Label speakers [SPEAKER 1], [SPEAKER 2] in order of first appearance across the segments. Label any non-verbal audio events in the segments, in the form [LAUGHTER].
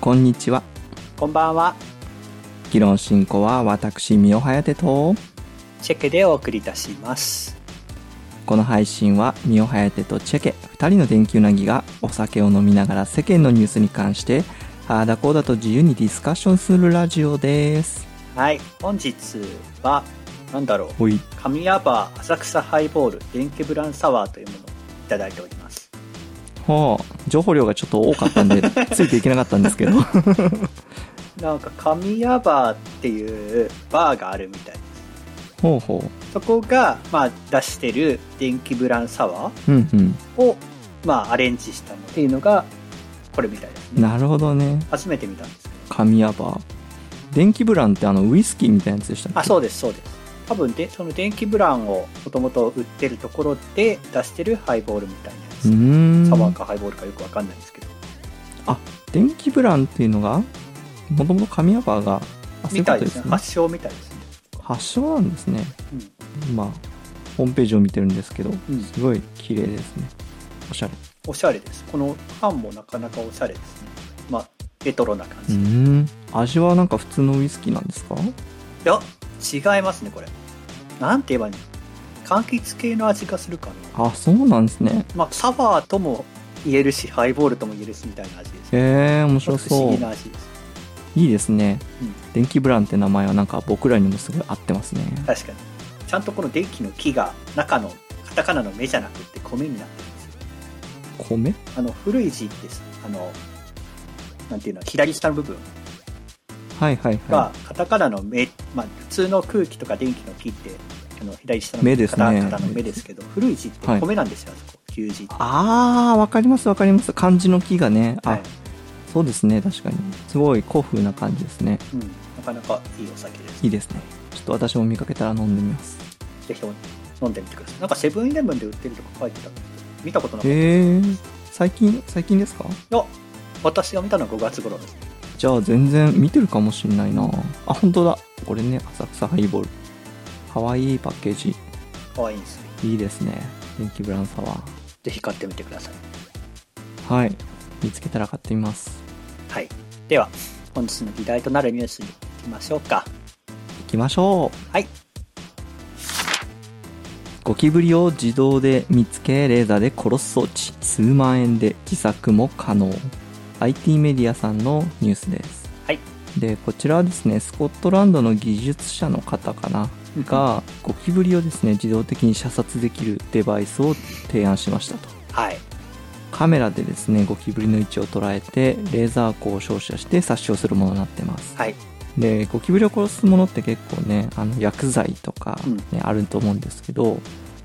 [SPEAKER 1] こんにちは。
[SPEAKER 2] こんばんは、
[SPEAKER 1] 議論進行は私、三尾颯と、
[SPEAKER 2] チェケでお送りいたします。
[SPEAKER 1] この配信は三尾颯とチェケ、二人の電球なぎがお酒を飲みながら世間のニュースに関して、あーだこうだと自由にディスカッションするラジオです。
[SPEAKER 2] はい、本日は、なんだろう、
[SPEAKER 1] ほい。
[SPEAKER 2] 神谷バー浅草ハイボール電気ブランサワーというものをいただいております。
[SPEAKER 1] はあ、情報量がちょっと多か
[SPEAKER 2] [LAUGHS]
[SPEAKER 1] ったんで、ついていけなかったんですけど。
[SPEAKER 2] なんか神谷バーっていうバーがあるみたいです。
[SPEAKER 1] ほうほ
[SPEAKER 2] そこが、まあ、出してる電気ブランサワ
[SPEAKER 1] う。うんうん。
[SPEAKER 2] ーを、まあ、アレンジしたものっていうのが、これみたいですね。
[SPEAKER 1] なるほどね。
[SPEAKER 2] 初めて見たんですけど。
[SPEAKER 1] 神谷バー。電気ブランってあのウイスキーみたいなやつでしたっけ
[SPEAKER 2] あ、そうです、そうです。多分で、その電気ブランをもともと売ってるところで出してるハイボールみたいなや
[SPEAKER 1] う
[SPEAKER 2] つ。
[SPEAKER 1] ーん
[SPEAKER 2] サワーかハイボールかよくわかんないんですけど
[SPEAKER 1] 電気ブランっていうのがもともと神谷バーがあそうい
[SPEAKER 2] み
[SPEAKER 1] うこ
[SPEAKER 2] た
[SPEAKER 1] と
[SPEAKER 2] いで
[SPEAKER 1] ですす
[SPEAKER 2] ね
[SPEAKER 1] ね
[SPEAKER 2] 発祥みたいですね
[SPEAKER 1] 発祥なんですねまあホームページを見てるんですけど
[SPEAKER 2] うん、うん、
[SPEAKER 1] すごい綺麗ですねおしゃれ
[SPEAKER 2] おしゃれですこの缶もなかなかおしゃれですねまあレトロな感
[SPEAKER 1] う
[SPEAKER 2] じ、い
[SPEAKER 1] ん味はなんか普通のウイスキーなんですか
[SPEAKER 2] や違いますねこれなんて言えばいいの柑橘系の味がするかな
[SPEAKER 1] あそうなんですね
[SPEAKER 2] まあサワーとも言えるしハイボールとも言えるしみたいな味ですね
[SPEAKER 1] へえ面白
[SPEAKER 2] 不思
[SPEAKER 1] そう
[SPEAKER 2] 議な味です
[SPEAKER 1] いいですね、
[SPEAKER 2] うん
[SPEAKER 1] 電気ブランって名前はなんか僕らにもすごい合ってますね
[SPEAKER 2] 確かにちゃんとこの電気の木が中のカタカナの目じゃなくって米になってるんですよ
[SPEAKER 1] 米
[SPEAKER 2] あの古い字ですあのなんていうの左下の部分
[SPEAKER 1] はいはい
[SPEAKER 2] が
[SPEAKER 1] は
[SPEAKER 2] カタカナの目、まあ、普通の空気とか電気の木ってあの左下の
[SPEAKER 1] 目ですね
[SPEAKER 2] カタカナの目ですけど古い字って
[SPEAKER 1] はい
[SPEAKER 2] 米なんですよ、あそこ旧字って
[SPEAKER 1] いあーわかりますわかります漢字の木がねあ、
[SPEAKER 2] はい
[SPEAKER 1] そうですね確かにすごい古風な感じですね
[SPEAKER 2] うん、なかなかいいお酒です
[SPEAKER 1] いいですねちょっと私も見かけたら飲んでみます
[SPEAKER 2] ぜひ飲んでみてくださいなんかセブンイレブンで売ってるとか書いてたんですけど見たことなかっ
[SPEAKER 1] へえ最近最近ですか
[SPEAKER 2] たいや私が見たのは5月頃です
[SPEAKER 1] じゃあ全然見てるかもしんないなあ本当だこれね浅草ハイボールかわいいパッケージ
[SPEAKER 2] 可愛いんですよ
[SPEAKER 1] いいですね電気ブランサワ
[SPEAKER 2] ぜひ買ってみてください
[SPEAKER 1] ーはい見つけたら買ってみます
[SPEAKER 2] はいでは本日の議題となるニュースに行きましょうか
[SPEAKER 1] 行きましょう
[SPEAKER 2] はい
[SPEAKER 1] ゴキブリを自動で見つけレーザーで殺す装置数万円で自作も可能 IT メディアさんのニュースです、
[SPEAKER 2] はい
[SPEAKER 1] でこちらはですねスコットランドの技術者の方かながゴキブリをですね自動的に射殺できるデバイスを提案しましたと
[SPEAKER 2] はい
[SPEAKER 1] カメラでですねゴキブリの位置を捉えてレーザー光を照射して殺傷するものになってます
[SPEAKER 2] はい
[SPEAKER 1] でゴキブリを殺すものって結構ねあの薬剤とか、
[SPEAKER 2] うん
[SPEAKER 1] ねあると思うんですけど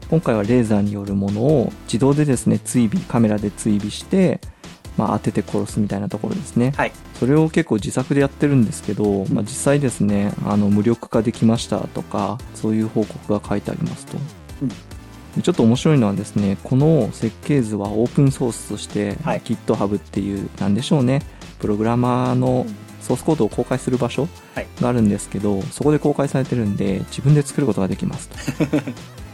[SPEAKER 1] 今回はレーザーによるものを自動でですね追尾カメラで追尾して、まあ、当てて殺すみたいなところですね、
[SPEAKER 2] はい
[SPEAKER 1] それを結構自作でやってるんですけど、まあ、実際ですねあの無力化できましたとかそういう報告が書いてありますと、
[SPEAKER 2] うん
[SPEAKER 1] でちょっと面白いのはですねこの設計図はオープンソースとして、
[SPEAKER 2] はい
[SPEAKER 1] GitHub っていうなんでしょうねプログラマーのソースコードを公開する場所
[SPEAKER 2] はい
[SPEAKER 1] があるんですけど、そこで公開されてるんで自分で作ることができますと
[SPEAKER 2] [LAUGHS]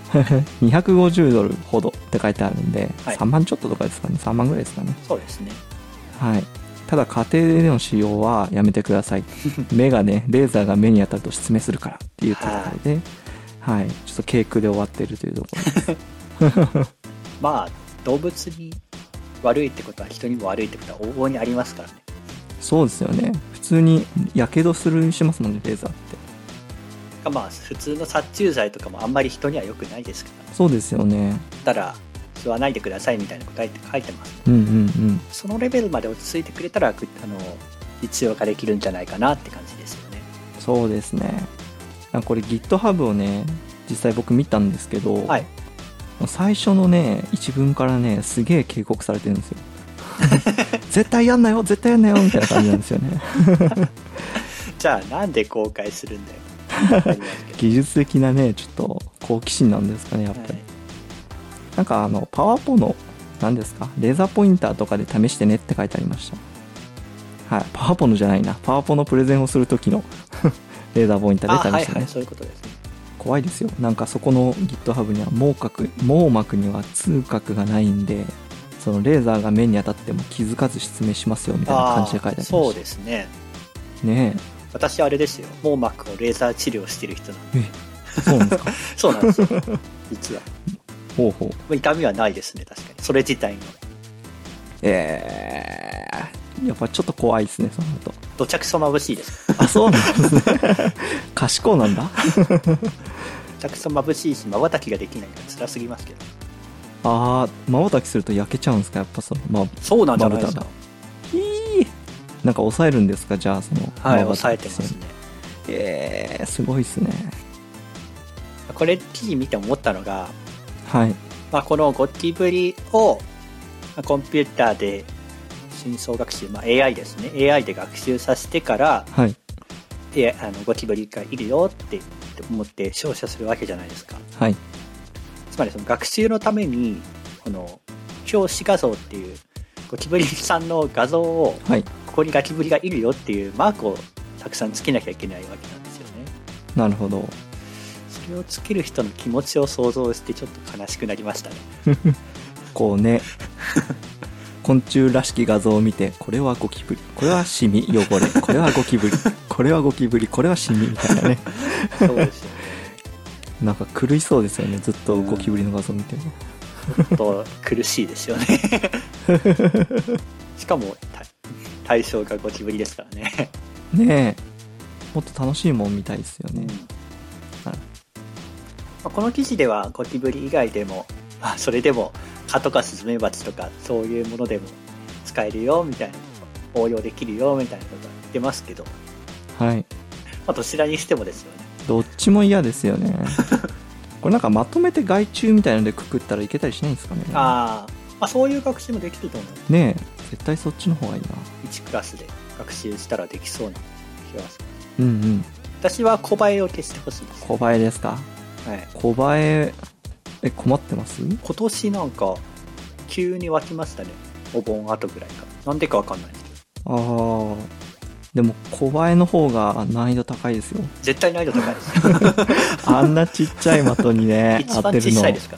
[SPEAKER 1] 250ドルほどって書いてあるんで、
[SPEAKER 2] はい
[SPEAKER 1] 3万ちょっととかですかね3万ぐらいですかね
[SPEAKER 2] そうですね
[SPEAKER 1] はい、ただ家庭での使用はやめてくだ
[SPEAKER 2] [LAUGHS]
[SPEAKER 1] さい目がねレーザーが目に当たると失明するからっていうところで、はい、ちょっと軽空で終わってるというところ
[SPEAKER 2] [LAUGHS]
[SPEAKER 1] です
[SPEAKER 2] まあ動物に悪いってことは人にも悪いってことは往々にありますからね
[SPEAKER 1] そうですよね普通にやけどするしますもんねレーザーって
[SPEAKER 2] まあ普通の殺虫剤とかもあんまり人には良くないですから
[SPEAKER 1] そうですよね
[SPEAKER 2] だったら吸わないでくださいみたいな答えって書いてます
[SPEAKER 1] うんうん
[SPEAKER 2] そのレベルまで落ち着いてくれたらくあの実用化できるんじゃないかなって感じですよね
[SPEAKER 1] うんそうですねあこれ GitHub をね実際僕見たんですけど、
[SPEAKER 2] はい
[SPEAKER 1] 最初のね一文からねすげえ警告されてるんです
[SPEAKER 2] [LAUGHS]
[SPEAKER 1] よ絶対やんなよ絶対やんなよみたいな感じなんですよね
[SPEAKER 2] じゃあなんで公開するん
[SPEAKER 1] [LAUGHS]
[SPEAKER 2] だよってなりますけど
[SPEAKER 1] 技術的なねちょっと好奇心なんですかねやっぱり、
[SPEAKER 2] はい
[SPEAKER 1] なんかあのパワポの何ですかレーザーポインターとかで試してねって書いてありましたはいパワポのじゃないなパワポのプレゼンをする時の [LAUGHS] レーザーポインタ
[SPEAKER 2] あ
[SPEAKER 1] ーで
[SPEAKER 2] は
[SPEAKER 1] 試
[SPEAKER 2] い
[SPEAKER 1] してね、
[SPEAKER 2] はいそういうことですね
[SPEAKER 1] 怖いですよなんかそこの GitHub には網膜網膜には痛覚がないんでそのレーザーが目に当たっても気づかず失明しますよみたいな感じで書いてありました
[SPEAKER 2] そうですね
[SPEAKER 1] ね
[SPEAKER 2] 私あれですよ網膜をレーザー治療してる人なんで
[SPEAKER 1] えそうなんですか
[SPEAKER 2] そうなんで
[SPEAKER 1] [LAUGHS]
[SPEAKER 2] すよ実は
[SPEAKER 1] ほうほう
[SPEAKER 2] 痛みはないですね確かにそれ自体の
[SPEAKER 1] えー、やっぱちょっと怖いですねその後
[SPEAKER 2] 土着そ眩しいです
[SPEAKER 1] あそうなんですね賢いなんだ
[SPEAKER 2] 土着そ眩しいし瞬きができないから辛すぎますけど
[SPEAKER 1] ああまばたきすると焼けちゃうんですかやっぱそのまあ
[SPEAKER 2] そうなんじゃないですか
[SPEAKER 1] まひーなんか抑えるんですかじゃあその
[SPEAKER 2] はい
[SPEAKER 1] まば
[SPEAKER 2] 抑
[SPEAKER 1] た
[SPEAKER 2] え
[SPEAKER 1] き
[SPEAKER 2] てますね
[SPEAKER 1] えー、すごいですね
[SPEAKER 2] これ記事見て思ったのが、
[SPEAKER 1] はい
[SPEAKER 2] まあ、このゴキブリをまあコンピューターで深層学習、まあ、AI ですね AI で学習させてから
[SPEAKER 1] はい
[SPEAKER 2] であのゴキブリがいるよって思って照射するわけじゃないですか
[SPEAKER 1] はい
[SPEAKER 2] つまりその学習のためにこの表紙画像っていうゴキブリさんの画像を
[SPEAKER 1] はい
[SPEAKER 2] ここにゴキブリがいるよっていうマークをたくさんつけなきゃいけないわけなんですよね
[SPEAKER 1] なるほど
[SPEAKER 2] それをつける人の気持ちを想像してちょっと悲しくなりましたね
[SPEAKER 1] こうね昆虫らしき画像を見てこれはゴキブリこれはシミ汚れこれはゴキブリこれはゴキブリこれはシミみたいなね
[SPEAKER 2] そうですよね
[SPEAKER 1] なんか狂いそうですよねずっとゴキブリの画像見てるの
[SPEAKER 2] ちょっと苦しいですよねしかもた対象がゴキブリですからね、
[SPEAKER 1] ねえもっと楽しいもんみたいですよね
[SPEAKER 2] ま
[SPEAKER 1] はい
[SPEAKER 2] あこの記事ではゴキブリ以外でもあそれでも蚊とかスズメバチとかそういうものでも使えるよみたいなこと応用できるよみたいなことは言ってますけど、ま
[SPEAKER 1] はい
[SPEAKER 2] あ、どちらにしてもですよね
[SPEAKER 1] どっちも嫌ですよ
[SPEAKER 2] [LAUGHS]
[SPEAKER 1] ねこれなんかまとめて害虫みたいなのでくくったらいけたりしないんですかね
[SPEAKER 2] あー、まあそういう学習もできると思う
[SPEAKER 1] ねえ絶対そっちの方がいいな
[SPEAKER 2] 1クラスで学習したらできそうな気がします
[SPEAKER 1] うんうん
[SPEAKER 2] 私は小映えを消してほしいです、
[SPEAKER 1] 小映えですか
[SPEAKER 2] はい
[SPEAKER 1] 小映ええ困ってます
[SPEAKER 2] 今年なんか急に湧きましたねお盆後ぐらいからなんでかわかんないですけど
[SPEAKER 1] ああでも小映えの方が難易度高いです
[SPEAKER 2] [LAUGHS]
[SPEAKER 1] よ
[SPEAKER 2] 絶対難易度高いで
[SPEAKER 1] [LAUGHS]
[SPEAKER 2] す
[SPEAKER 1] あんなちっちゃい的にね
[SPEAKER 2] [LAUGHS] 一
[SPEAKER 1] 当
[SPEAKER 2] 番
[SPEAKER 1] て
[SPEAKER 2] 小
[SPEAKER 1] るの
[SPEAKER 2] さいですか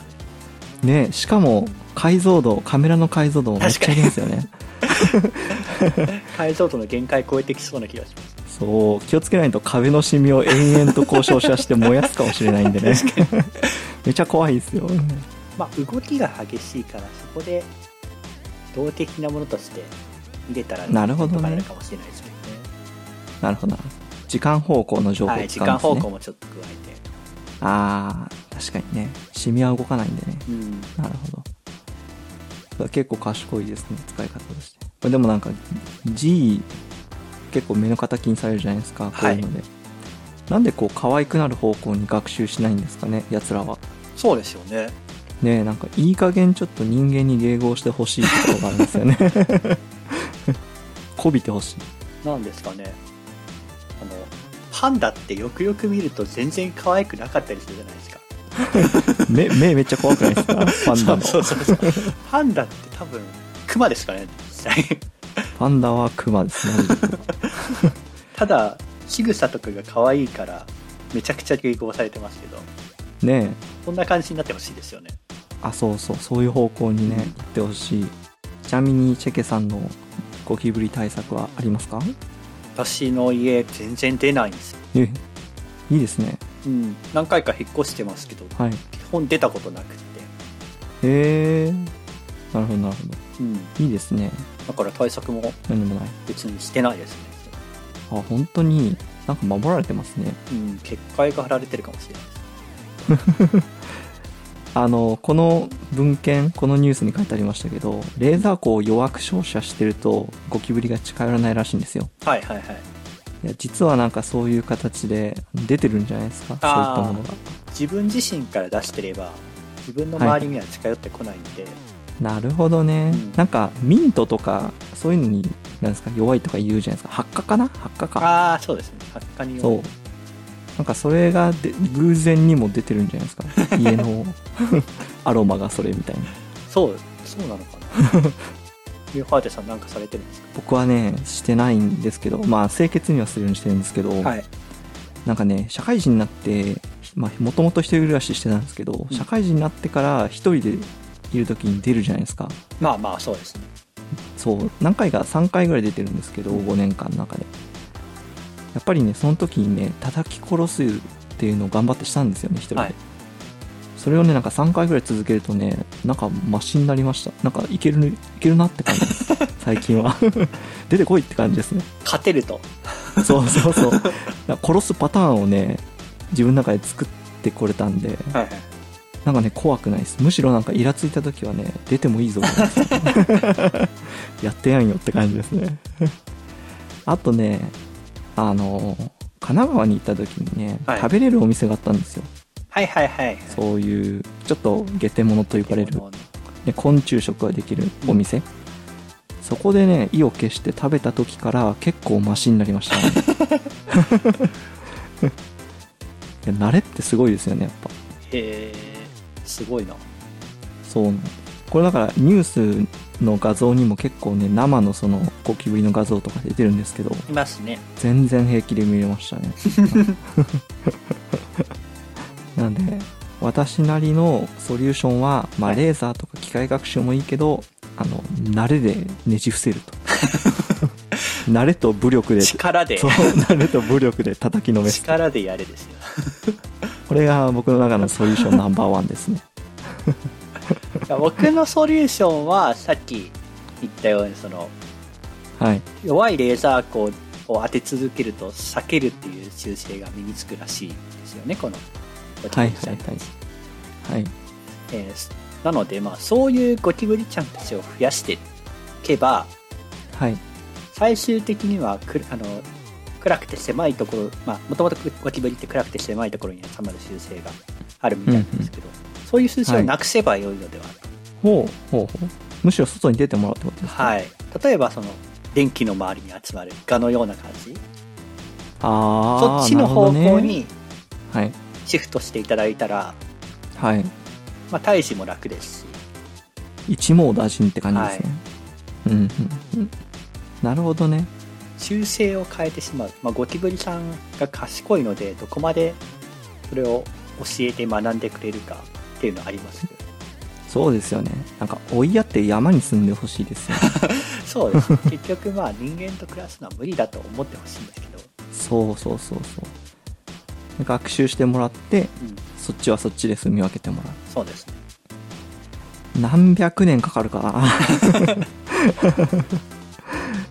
[SPEAKER 2] らね
[SPEAKER 1] ねしかも解像度カメラの解像度もめっちゃいいんですよね
[SPEAKER 2] 解像度の限界超えてきそうな気がします
[SPEAKER 1] そう気をつけないと壁のシミを延々とこう照射して燃やすかもしれないんで
[SPEAKER 2] [LAUGHS]
[SPEAKER 1] ねめっちゃ怖いですよ
[SPEAKER 2] まあ動きが激しいからそこで動的なものとして入れたら
[SPEAKER 1] なるほどね
[SPEAKER 2] とかなるかもしれないですけどね
[SPEAKER 1] なるほどな時間方向の情報を使
[SPEAKER 2] は
[SPEAKER 1] うん
[SPEAKER 2] い
[SPEAKER 1] です
[SPEAKER 2] 時
[SPEAKER 1] ね、
[SPEAKER 2] 間方向もちょっと加え
[SPEAKER 1] ああ確かにねシミは動かないんでね
[SPEAKER 2] てうん
[SPEAKER 1] なるほど。だから結構賢いですね、使い方として。これでもなんか、G、結構目の敵にされるじゃないですか、こういうので。なんでこう、可愛くなる方向に学習しないんですかね、奴らは。
[SPEAKER 2] そうですよね
[SPEAKER 1] ねえ、なんか、いい加減ちょっと人間に迎合してほしいところがあるんですよ
[SPEAKER 2] [LAUGHS]
[SPEAKER 1] ね。こびてほしい。
[SPEAKER 2] なんですかねあのパンダってよくよく見ると全然可愛くなかったりするじゃないですか
[SPEAKER 1] 目、目めっちゃ怖くないです
[SPEAKER 2] [LAUGHS]
[SPEAKER 1] かパンダの。
[SPEAKER 2] そうそうそうそうパンダって多分クマですかね実際
[SPEAKER 1] パンダはクマですね。
[SPEAKER 2] ただ仕草とかが可愛いからめちゃくちゃ迎合されてますけど
[SPEAKER 1] ねえ。
[SPEAKER 2] こんな感じになってほしいですよね
[SPEAKER 1] あそうそうそういう方向にね
[SPEAKER 2] うん
[SPEAKER 1] 行ってほしいちなみにチェケさんのゴキブリ対策はありますか
[SPEAKER 2] 私の家全然出ないんですよ、
[SPEAKER 1] えいいですね
[SPEAKER 2] うん、何回か引っ越してますけど
[SPEAKER 1] はい
[SPEAKER 2] 基本出たことなくって、
[SPEAKER 1] へえなるほどなるほ
[SPEAKER 2] うん、
[SPEAKER 1] どいいですね
[SPEAKER 2] だから対策も
[SPEAKER 1] 何もない
[SPEAKER 2] 別にしてないですね、
[SPEAKER 1] あ本当になんか守られてますね
[SPEAKER 2] うん、結界が張られてるかもしれないです
[SPEAKER 1] あのこの文献このニュースに書いてありましたけどレーザー光を弱く照射してるとゴキブリが近寄らないらしいんですよ
[SPEAKER 2] はいはいはい
[SPEAKER 1] いや実はなんかそういう形で出てるんじゃないですかそういった
[SPEAKER 2] あー
[SPEAKER 1] ものが
[SPEAKER 2] 自分自身から出してれば自分の周りには近寄ってこないんで、
[SPEAKER 1] なるほどね、
[SPEAKER 2] うん
[SPEAKER 1] なんかミントとかそういうのになんですか弱いとか言うじゃないですか発火かな発火か
[SPEAKER 2] ああそうですね発火による
[SPEAKER 1] そうなんかそれがで偶然にも出てるんじゃないですか
[SPEAKER 2] [LAUGHS]
[SPEAKER 1] 家のアロマがそれみたいな
[SPEAKER 2] そう、そうなの
[SPEAKER 1] [LAUGHS]
[SPEAKER 2] かな。ユーファーテさんなんかされてるんですか
[SPEAKER 1] 僕はねしてないんですけどまあ清潔にはするようにしてるんですけど、
[SPEAKER 2] い。
[SPEAKER 1] なんかね社会人になってもともと一人暮らししてたんですけど、
[SPEAKER 2] うん
[SPEAKER 1] 社会人になってから一人でいる時に出るじゃないですか
[SPEAKER 2] まあまあそうですね
[SPEAKER 1] そう何回か3回ぐらい出てるんですけど5年間の中でやっぱりねその時にね叩き殺すっていうのを頑張ってしたんですよね一人で、
[SPEAKER 2] はい
[SPEAKER 1] それをねなんか3回ぐらい続けるとねなんかマシになりましたなんかいけるいけるなって感じです
[SPEAKER 2] [LAUGHS]
[SPEAKER 1] 最近は [LAUGHS] 出てこいって感じですね
[SPEAKER 2] 勝てると
[SPEAKER 1] [LAUGHS] そうそうそうだから殺すパターンをね自分の中で作ってこれたんで
[SPEAKER 2] はいはい
[SPEAKER 1] なんかね怖くないですむしろなんかイラついた時はね出てもいいぞみたいなやって [LAUGHS] やんよって感じですね [LAUGHS] あとねあの神奈川に行った時にね、
[SPEAKER 2] はい
[SPEAKER 1] 食べれるお店があったんですよ
[SPEAKER 2] はいはいはい
[SPEAKER 1] そういうちょっと下手者と呼ばれる、
[SPEAKER 2] もうね
[SPEAKER 1] ね、昆虫食ができるお店、そこでね意を決して食べた時から結構マシになりましたねいや慣れってすごいですよねやっぱ
[SPEAKER 2] へえすごいな
[SPEAKER 1] そうなんこれだからニュースの画像にも結構ね生のそのゴキブリの画像とか出てるんですけど
[SPEAKER 2] いますね
[SPEAKER 1] 全然平気で見れましたね
[SPEAKER 2] [LAUGHS]
[SPEAKER 1] なんで私なりのソリューションは、まあ、レーザーとか機械学習もいいけどあの慣れでねじ伏せる
[SPEAKER 2] [LAUGHS]
[SPEAKER 1] と慣れと武力でそう
[SPEAKER 2] 力で
[SPEAKER 1] 慣れと武力で叩きのめす
[SPEAKER 2] 力でやれですよ
[SPEAKER 1] これが僕の中のソリューションナンバーワンですね
[SPEAKER 2] いや僕のソリューションはさっき言ったようにその
[SPEAKER 1] はい
[SPEAKER 2] 弱いレーザー光を当て続けると避けるっていう習性が身につくらしいんですよねこのゴキブ
[SPEAKER 1] はい
[SPEAKER 2] リ
[SPEAKER 1] は
[SPEAKER 2] ちゃ
[SPEAKER 1] い
[SPEAKER 2] んたち
[SPEAKER 1] はいはい
[SPEAKER 2] えーなのでまあそういうゴキブリちゃんたちを増やしていけば
[SPEAKER 1] はい
[SPEAKER 2] 最終的にはくあの暗くて狭いところまあもともとゴキブリって暗くて狭いところに集まる習性があるみたいなんですけど、そういう習性をなくせばよいのではと、
[SPEAKER 1] ほうほうほうむしろ外に出てもらうってことですか
[SPEAKER 2] はい例えばその電気の周りに集まるガのような感じ
[SPEAKER 1] ああ
[SPEAKER 2] そっちの方向に
[SPEAKER 1] はい
[SPEAKER 2] シフトしていただいたら、
[SPEAKER 1] はい
[SPEAKER 2] まあ、退治も楽ですし
[SPEAKER 1] 一網打尽って感じですね、うんうんうんなるほどね
[SPEAKER 2] 習性を変えてしまう、まあ、ゴキブリさんが賢いのでどこまでそれを教えて学んでくれるかっていうのはあり [LAUGHS] ますけど
[SPEAKER 1] そうですよねなんか追いやって山に住んでほしいですよね
[SPEAKER 2] そうですね結局まあ人間と暮らすのは無理だと思ってほしいんですけど、
[SPEAKER 1] そうそうそうそう学習してもらって
[SPEAKER 2] うん、
[SPEAKER 1] そっちはそっちで住み分けてもらう
[SPEAKER 2] そうですね
[SPEAKER 1] 何百年かかるか [LAUGHS] な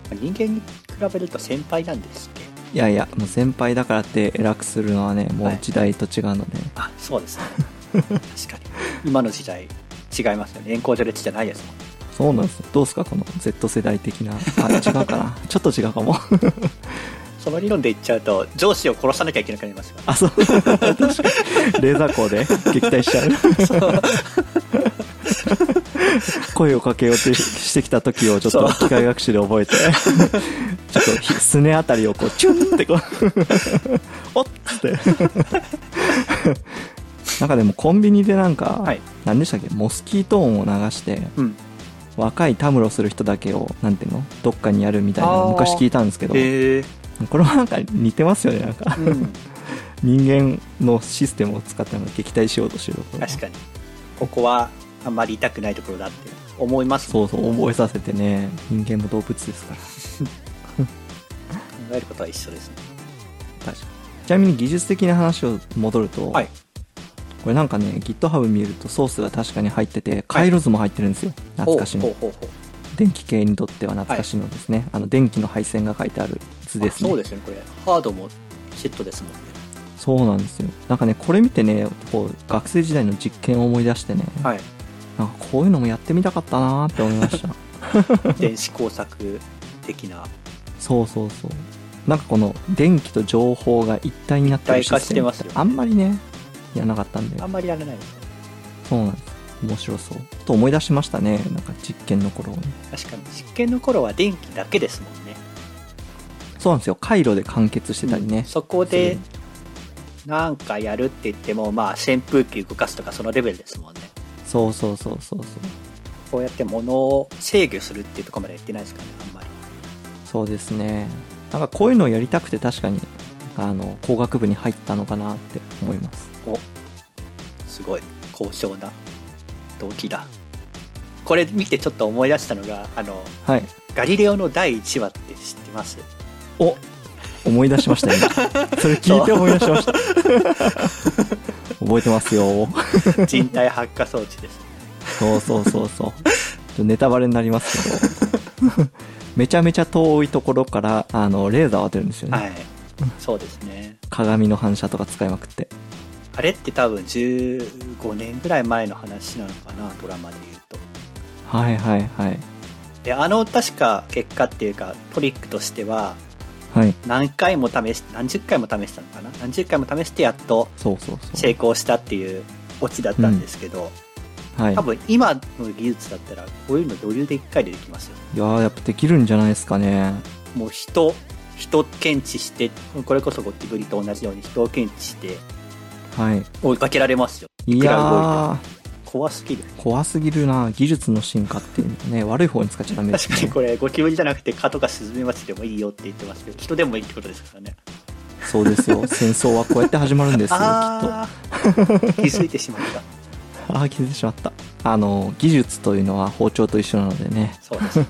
[SPEAKER 2] まあ人間に比べると先輩なんですっけ
[SPEAKER 1] いやいやもう先輩だからって偉くするのはねも
[SPEAKER 2] は
[SPEAKER 1] う
[SPEAKER 2] い
[SPEAKER 1] 時代と違うので、
[SPEAKER 2] あそうですね [LAUGHS] 確かに今の時代違いますよね年功序列じゃないですもんね
[SPEAKER 1] そうなんですよどうですかこの Z 世代的なあ違うかな [LAUGHS] ちょっと違うかも
[SPEAKER 2] その理論で言っちゃうと上司を殺さなきゃいけなくなりますよね
[SPEAKER 1] あ、そう。 [LAUGHS] 確かに。レーザー光で撃退しちゃう。声をかけようとしてきた時をちょっと
[SPEAKER 2] そ
[SPEAKER 1] 機械学習で覚えて、ちょっとひすねあたりをこう、チュン
[SPEAKER 2] [LAUGHS]
[SPEAKER 1] ってこう、おっつって。なんかでもコンビニでなんか、
[SPEAKER 2] はい
[SPEAKER 1] 何でしたっけ、モスキート音を流して、
[SPEAKER 2] うん
[SPEAKER 1] 若いたむろする人だけを、なんていうのどっかにやるみたいなのを昔聞いたんですけど、
[SPEAKER 2] へえ
[SPEAKER 1] これはなんか似てますよね、なんか。
[SPEAKER 2] うん
[SPEAKER 1] 人間のシステムを使っての撃退しようとしてるところ
[SPEAKER 2] 確かにここはあんまり痛くないところだって思いますもん
[SPEAKER 1] そうそう覚えさせてね人間も動物ですから
[SPEAKER 2] 考えることは一緒ですね
[SPEAKER 1] 確かにちなみに技術的な話を戻ると、
[SPEAKER 2] はい
[SPEAKER 1] これなんかね GitHub 見るとソースが確かに入ってて回路図も入ってるんですよ、懐かし
[SPEAKER 2] ほう
[SPEAKER 1] の
[SPEAKER 2] ほうほうほ
[SPEAKER 1] 電気系にとっては懐かしのですね、あの電気の配線が書いてある図
[SPEAKER 2] う
[SPEAKER 1] ですね
[SPEAKER 2] あそうですねこれハードもセットですもんね
[SPEAKER 1] そうなんですよなんかねこれ見てねこう学生時代の実験を思い出してね、
[SPEAKER 2] はい
[SPEAKER 1] なんかこういうのもやってみたかったなーって思いました
[SPEAKER 2] [LAUGHS] 電子工作的な
[SPEAKER 1] そうそうそうなんかこの電気と情報が一体になってるシステム
[SPEAKER 2] 一体化してますよね
[SPEAKER 1] あんまりねやなかったんで
[SPEAKER 2] あんまりやらないですね
[SPEAKER 1] そうなんです面白そうちょっと思い出しましたねなんか実験の頃をね
[SPEAKER 2] 確かに実験の頃は電気だけですもんね
[SPEAKER 1] そうなんですよ回路で完結してたりね、
[SPEAKER 2] そこでなんかやるって言ってもまあ扇風機動かすとかそのレベルですもんね
[SPEAKER 1] そうそうそうそうそう
[SPEAKER 2] こうやって物を制御するっていうところまでやってないですからねあんまり
[SPEAKER 1] そうですねなんかこういうのをやりたくて確かにあの工学部に入ったのかなって思います
[SPEAKER 2] おすごい高尚な動機だこれ見てちょっと思い出したのが、あの、
[SPEAKER 1] はい
[SPEAKER 2] ガリレオの第1話って知ってます
[SPEAKER 1] お思い出しま
[SPEAKER 2] [LAUGHS]
[SPEAKER 1] した今それ聞いて思い出しました覚えてますよ
[SPEAKER 2] 人体発火装置です。
[SPEAKER 1] そうそうそうそうちょっとネタバレになりますけどめちゃめちゃ遠いところからあのレーザーを当てるんですよね、
[SPEAKER 2] はい。そうですね。
[SPEAKER 1] 鏡の反射とか使いまくって
[SPEAKER 2] あれって多分15年ぐらい前の話なのかな、ドラマで言うと。
[SPEAKER 1] はいはいはい
[SPEAKER 2] で、あの、確か結果っていうか、トリックとしては、
[SPEAKER 1] はい
[SPEAKER 2] 何回も試し、何十回も試したのかな何十回も試してやっと
[SPEAKER 1] そうそうそう
[SPEAKER 2] 成功したっていうオチだったんですけど、
[SPEAKER 1] はい、い
[SPEAKER 2] 多分今の技術だったら、こういうの余裕で1回でできますよ。
[SPEAKER 1] やーやっぱできるんじゃないですかね
[SPEAKER 2] もう人、人検知して、これこそゴキブリと同じように人を検知して
[SPEAKER 1] はい
[SPEAKER 2] 追いかけられますよ。
[SPEAKER 1] い
[SPEAKER 2] くら
[SPEAKER 1] や
[SPEAKER 2] 怖すぎる。
[SPEAKER 1] ー怖すぎるな技術の進化っていうのはね悪い方に使っちゃダメです
[SPEAKER 2] 確
[SPEAKER 1] ね
[SPEAKER 2] かにこれゴキブリじゃなくて蚊とかスズメバチでもいいよって言ってますけど人でもいいってことですからね
[SPEAKER 1] そうです
[SPEAKER 2] [LAUGHS]
[SPEAKER 1] よ戦争はこうやって始まるんですよきっとあ
[SPEAKER 2] ああ気づいてしまった
[SPEAKER 1] あー気づいてしまったあの技術というのは包丁と一緒なのでね
[SPEAKER 2] そうで
[SPEAKER 1] [LAUGHS]
[SPEAKER 2] すね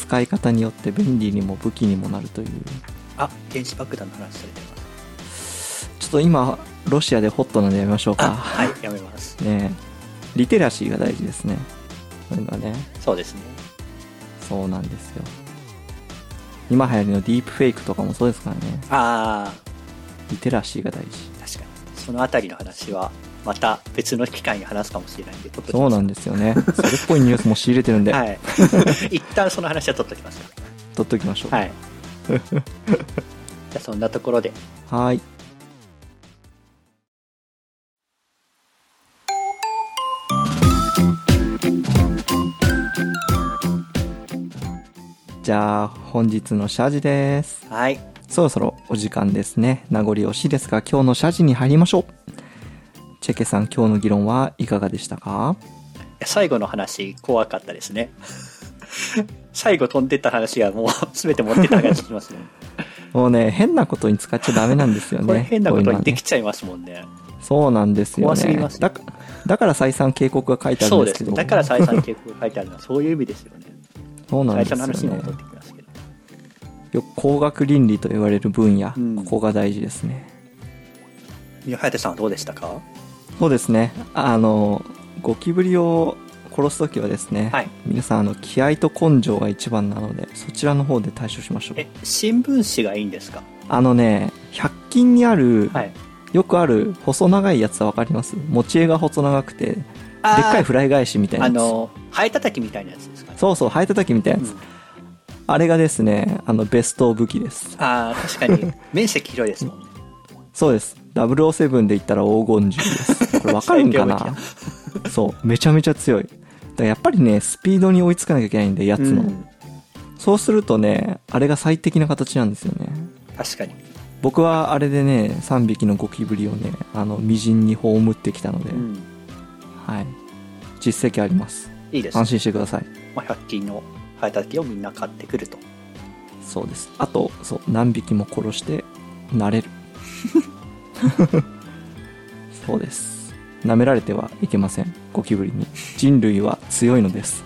[SPEAKER 1] 使い方によって便利にも武器にもなるという
[SPEAKER 2] あ原子爆弾の話されてます
[SPEAKER 1] ちょっと今ロシアでホットなんでやめましょう
[SPEAKER 2] あ
[SPEAKER 1] か
[SPEAKER 2] はいやめます
[SPEAKER 1] ねえリテラシーが大事ですねそういうのはね
[SPEAKER 2] そうですね
[SPEAKER 1] そうなんですよ今流行りのディープフェイクとかもそうですからね
[SPEAKER 2] あ
[SPEAKER 1] リテラシーが大事
[SPEAKER 2] あ確かにそのあたりの話はまた別の機会に話すかもしれないんで取っとき
[SPEAKER 1] そう
[SPEAKER 2] ます
[SPEAKER 1] なんですよねそれっぽいニュースも仕入れてるんで、
[SPEAKER 2] はい
[SPEAKER 1] [LAUGHS]
[SPEAKER 2] 一旦その話は取っときますか
[SPEAKER 1] 取っておきましょう [LAUGHS]
[SPEAKER 2] はいじゃあそんなところで
[SPEAKER 1] はいじゃあ本日の謝辞です
[SPEAKER 2] はい
[SPEAKER 1] そろそろお時間ですね名残惜しいですが今日の謝辞に入りましょうチェケさん今日の議論はいかがでしたか
[SPEAKER 2] いや最後の話怖かったですね [LAUGHS] 最後飛んでった話がもう [LAUGHS] 全て持ってった感じしますね
[SPEAKER 1] もうね変なことに使っちゃダメなんですよね
[SPEAKER 2] [LAUGHS] これ変なこ
[SPEAKER 1] ういう
[SPEAKER 2] と
[SPEAKER 1] のは
[SPEAKER 2] に
[SPEAKER 1] ね
[SPEAKER 2] できちゃいますもんね
[SPEAKER 1] そうなんですよね
[SPEAKER 2] 怖すぎます
[SPEAKER 1] だかだから再三警告が書いてある
[SPEAKER 2] そ
[SPEAKER 1] ん
[SPEAKER 2] う
[SPEAKER 1] で
[SPEAKER 2] で
[SPEAKER 1] け
[SPEAKER 2] すす
[SPEAKER 1] ど
[SPEAKER 2] ねだから再三警告が書いてあるのはそういう意味ですよね
[SPEAKER 1] そうなんです
[SPEAKER 2] 最初
[SPEAKER 1] よ
[SPEAKER 2] の話に戻っ
[SPEAKER 1] ね
[SPEAKER 2] てきますけど
[SPEAKER 1] よく工学倫理と言われる分野、
[SPEAKER 2] うん
[SPEAKER 1] ここが大事ですね
[SPEAKER 2] 宮早さんはどうでしたか
[SPEAKER 1] そうですねあのゴキブリを殺す時はですね、
[SPEAKER 2] はい
[SPEAKER 1] 皆さんあの気合と根性が一番なのでそちらの方で対処しましょう
[SPEAKER 2] え新聞紙がいいんですか
[SPEAKER 1] あのね100均にある、
[SPEAKER 2] はい
[SPEAKER 1] よくある細長いやつは分かります持ち絵が細長くてでっ
[SPEAKER 2] あー
[SPEAKER 1] かいフライ返しみたいな
[SPEAKER 2] あ
[SPEAKER 1] やつ
[SPEAKER 2] のハエたたきみたいなやつですかね
[SPEAKER 1] そうそう生えた時みたいなやつ、
[SPEAKER 2] うん
[SPEAKER 1] あれがですねあのベスト武器です
[SPEAKER 2] あー確かに面積広いですもんね
[SPEAKER 1] そうです007で言ったら黄金銃ですこれわかるんか
[SPEAKER 2] 最強
[SPEAKER 1] なそうめちゃめちゃ強いだからやっぱりねスピードに追いつかなきゃいけないんでやつの、
[SPEAKER 2] うん
[SPEAKER 1] そうするとねあれが最適な形なんですよね
[SPEAKER 2] 確かに
[SPEAKER 1] 僕はあれでね3匹のゴキブリをねあの微塵に葬ってきたので、
[SPEAKER 2] うん
[SPEAKER 1] はい実績あります
[SPEAKER 2] いいです
[SPEAKER 1] 安心
[SPEAKER 2] ね
[SPEAKER 1] してください
[SPEAKER 2] まあ100均のハエたたきをみんな買ってくると
[SPEAKER 1] そうですあとそう何匹も殺して慣
[SPEAKER 2] [LAUGHS]
[SPEAKER 1] れるそうです舐められてはいけませんゴキブリに人類は強いのです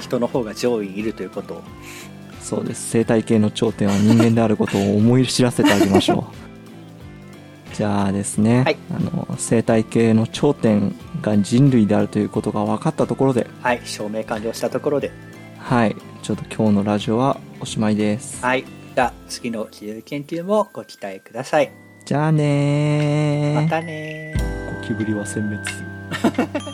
[SPEAKER 2] 人の方が上位にいるということを
[SPEAKER 1] そうです生態系の頂点は人間であることを思い知らせてあげましょ
[SPEAKER 2] [LAUGHS]
[SPEAKER 1] うじゃあですね、
[SPEAKER 2] はい
[SPEAKER 1] あの生態系の頂点が人類であるということが分かったところで
[SPEAKER 2] はい証明完了したところで
[SPEAKER 1] はいちょっと今日のラジオはおしまいです、
[SPEAKER 2] はいじゃあ次の自由研究もご期待ください
[SPEAKER 1] じゃあねー
[SPEAKER 2] またねー
[SPEAKER 1] ゴキブリは殲滅する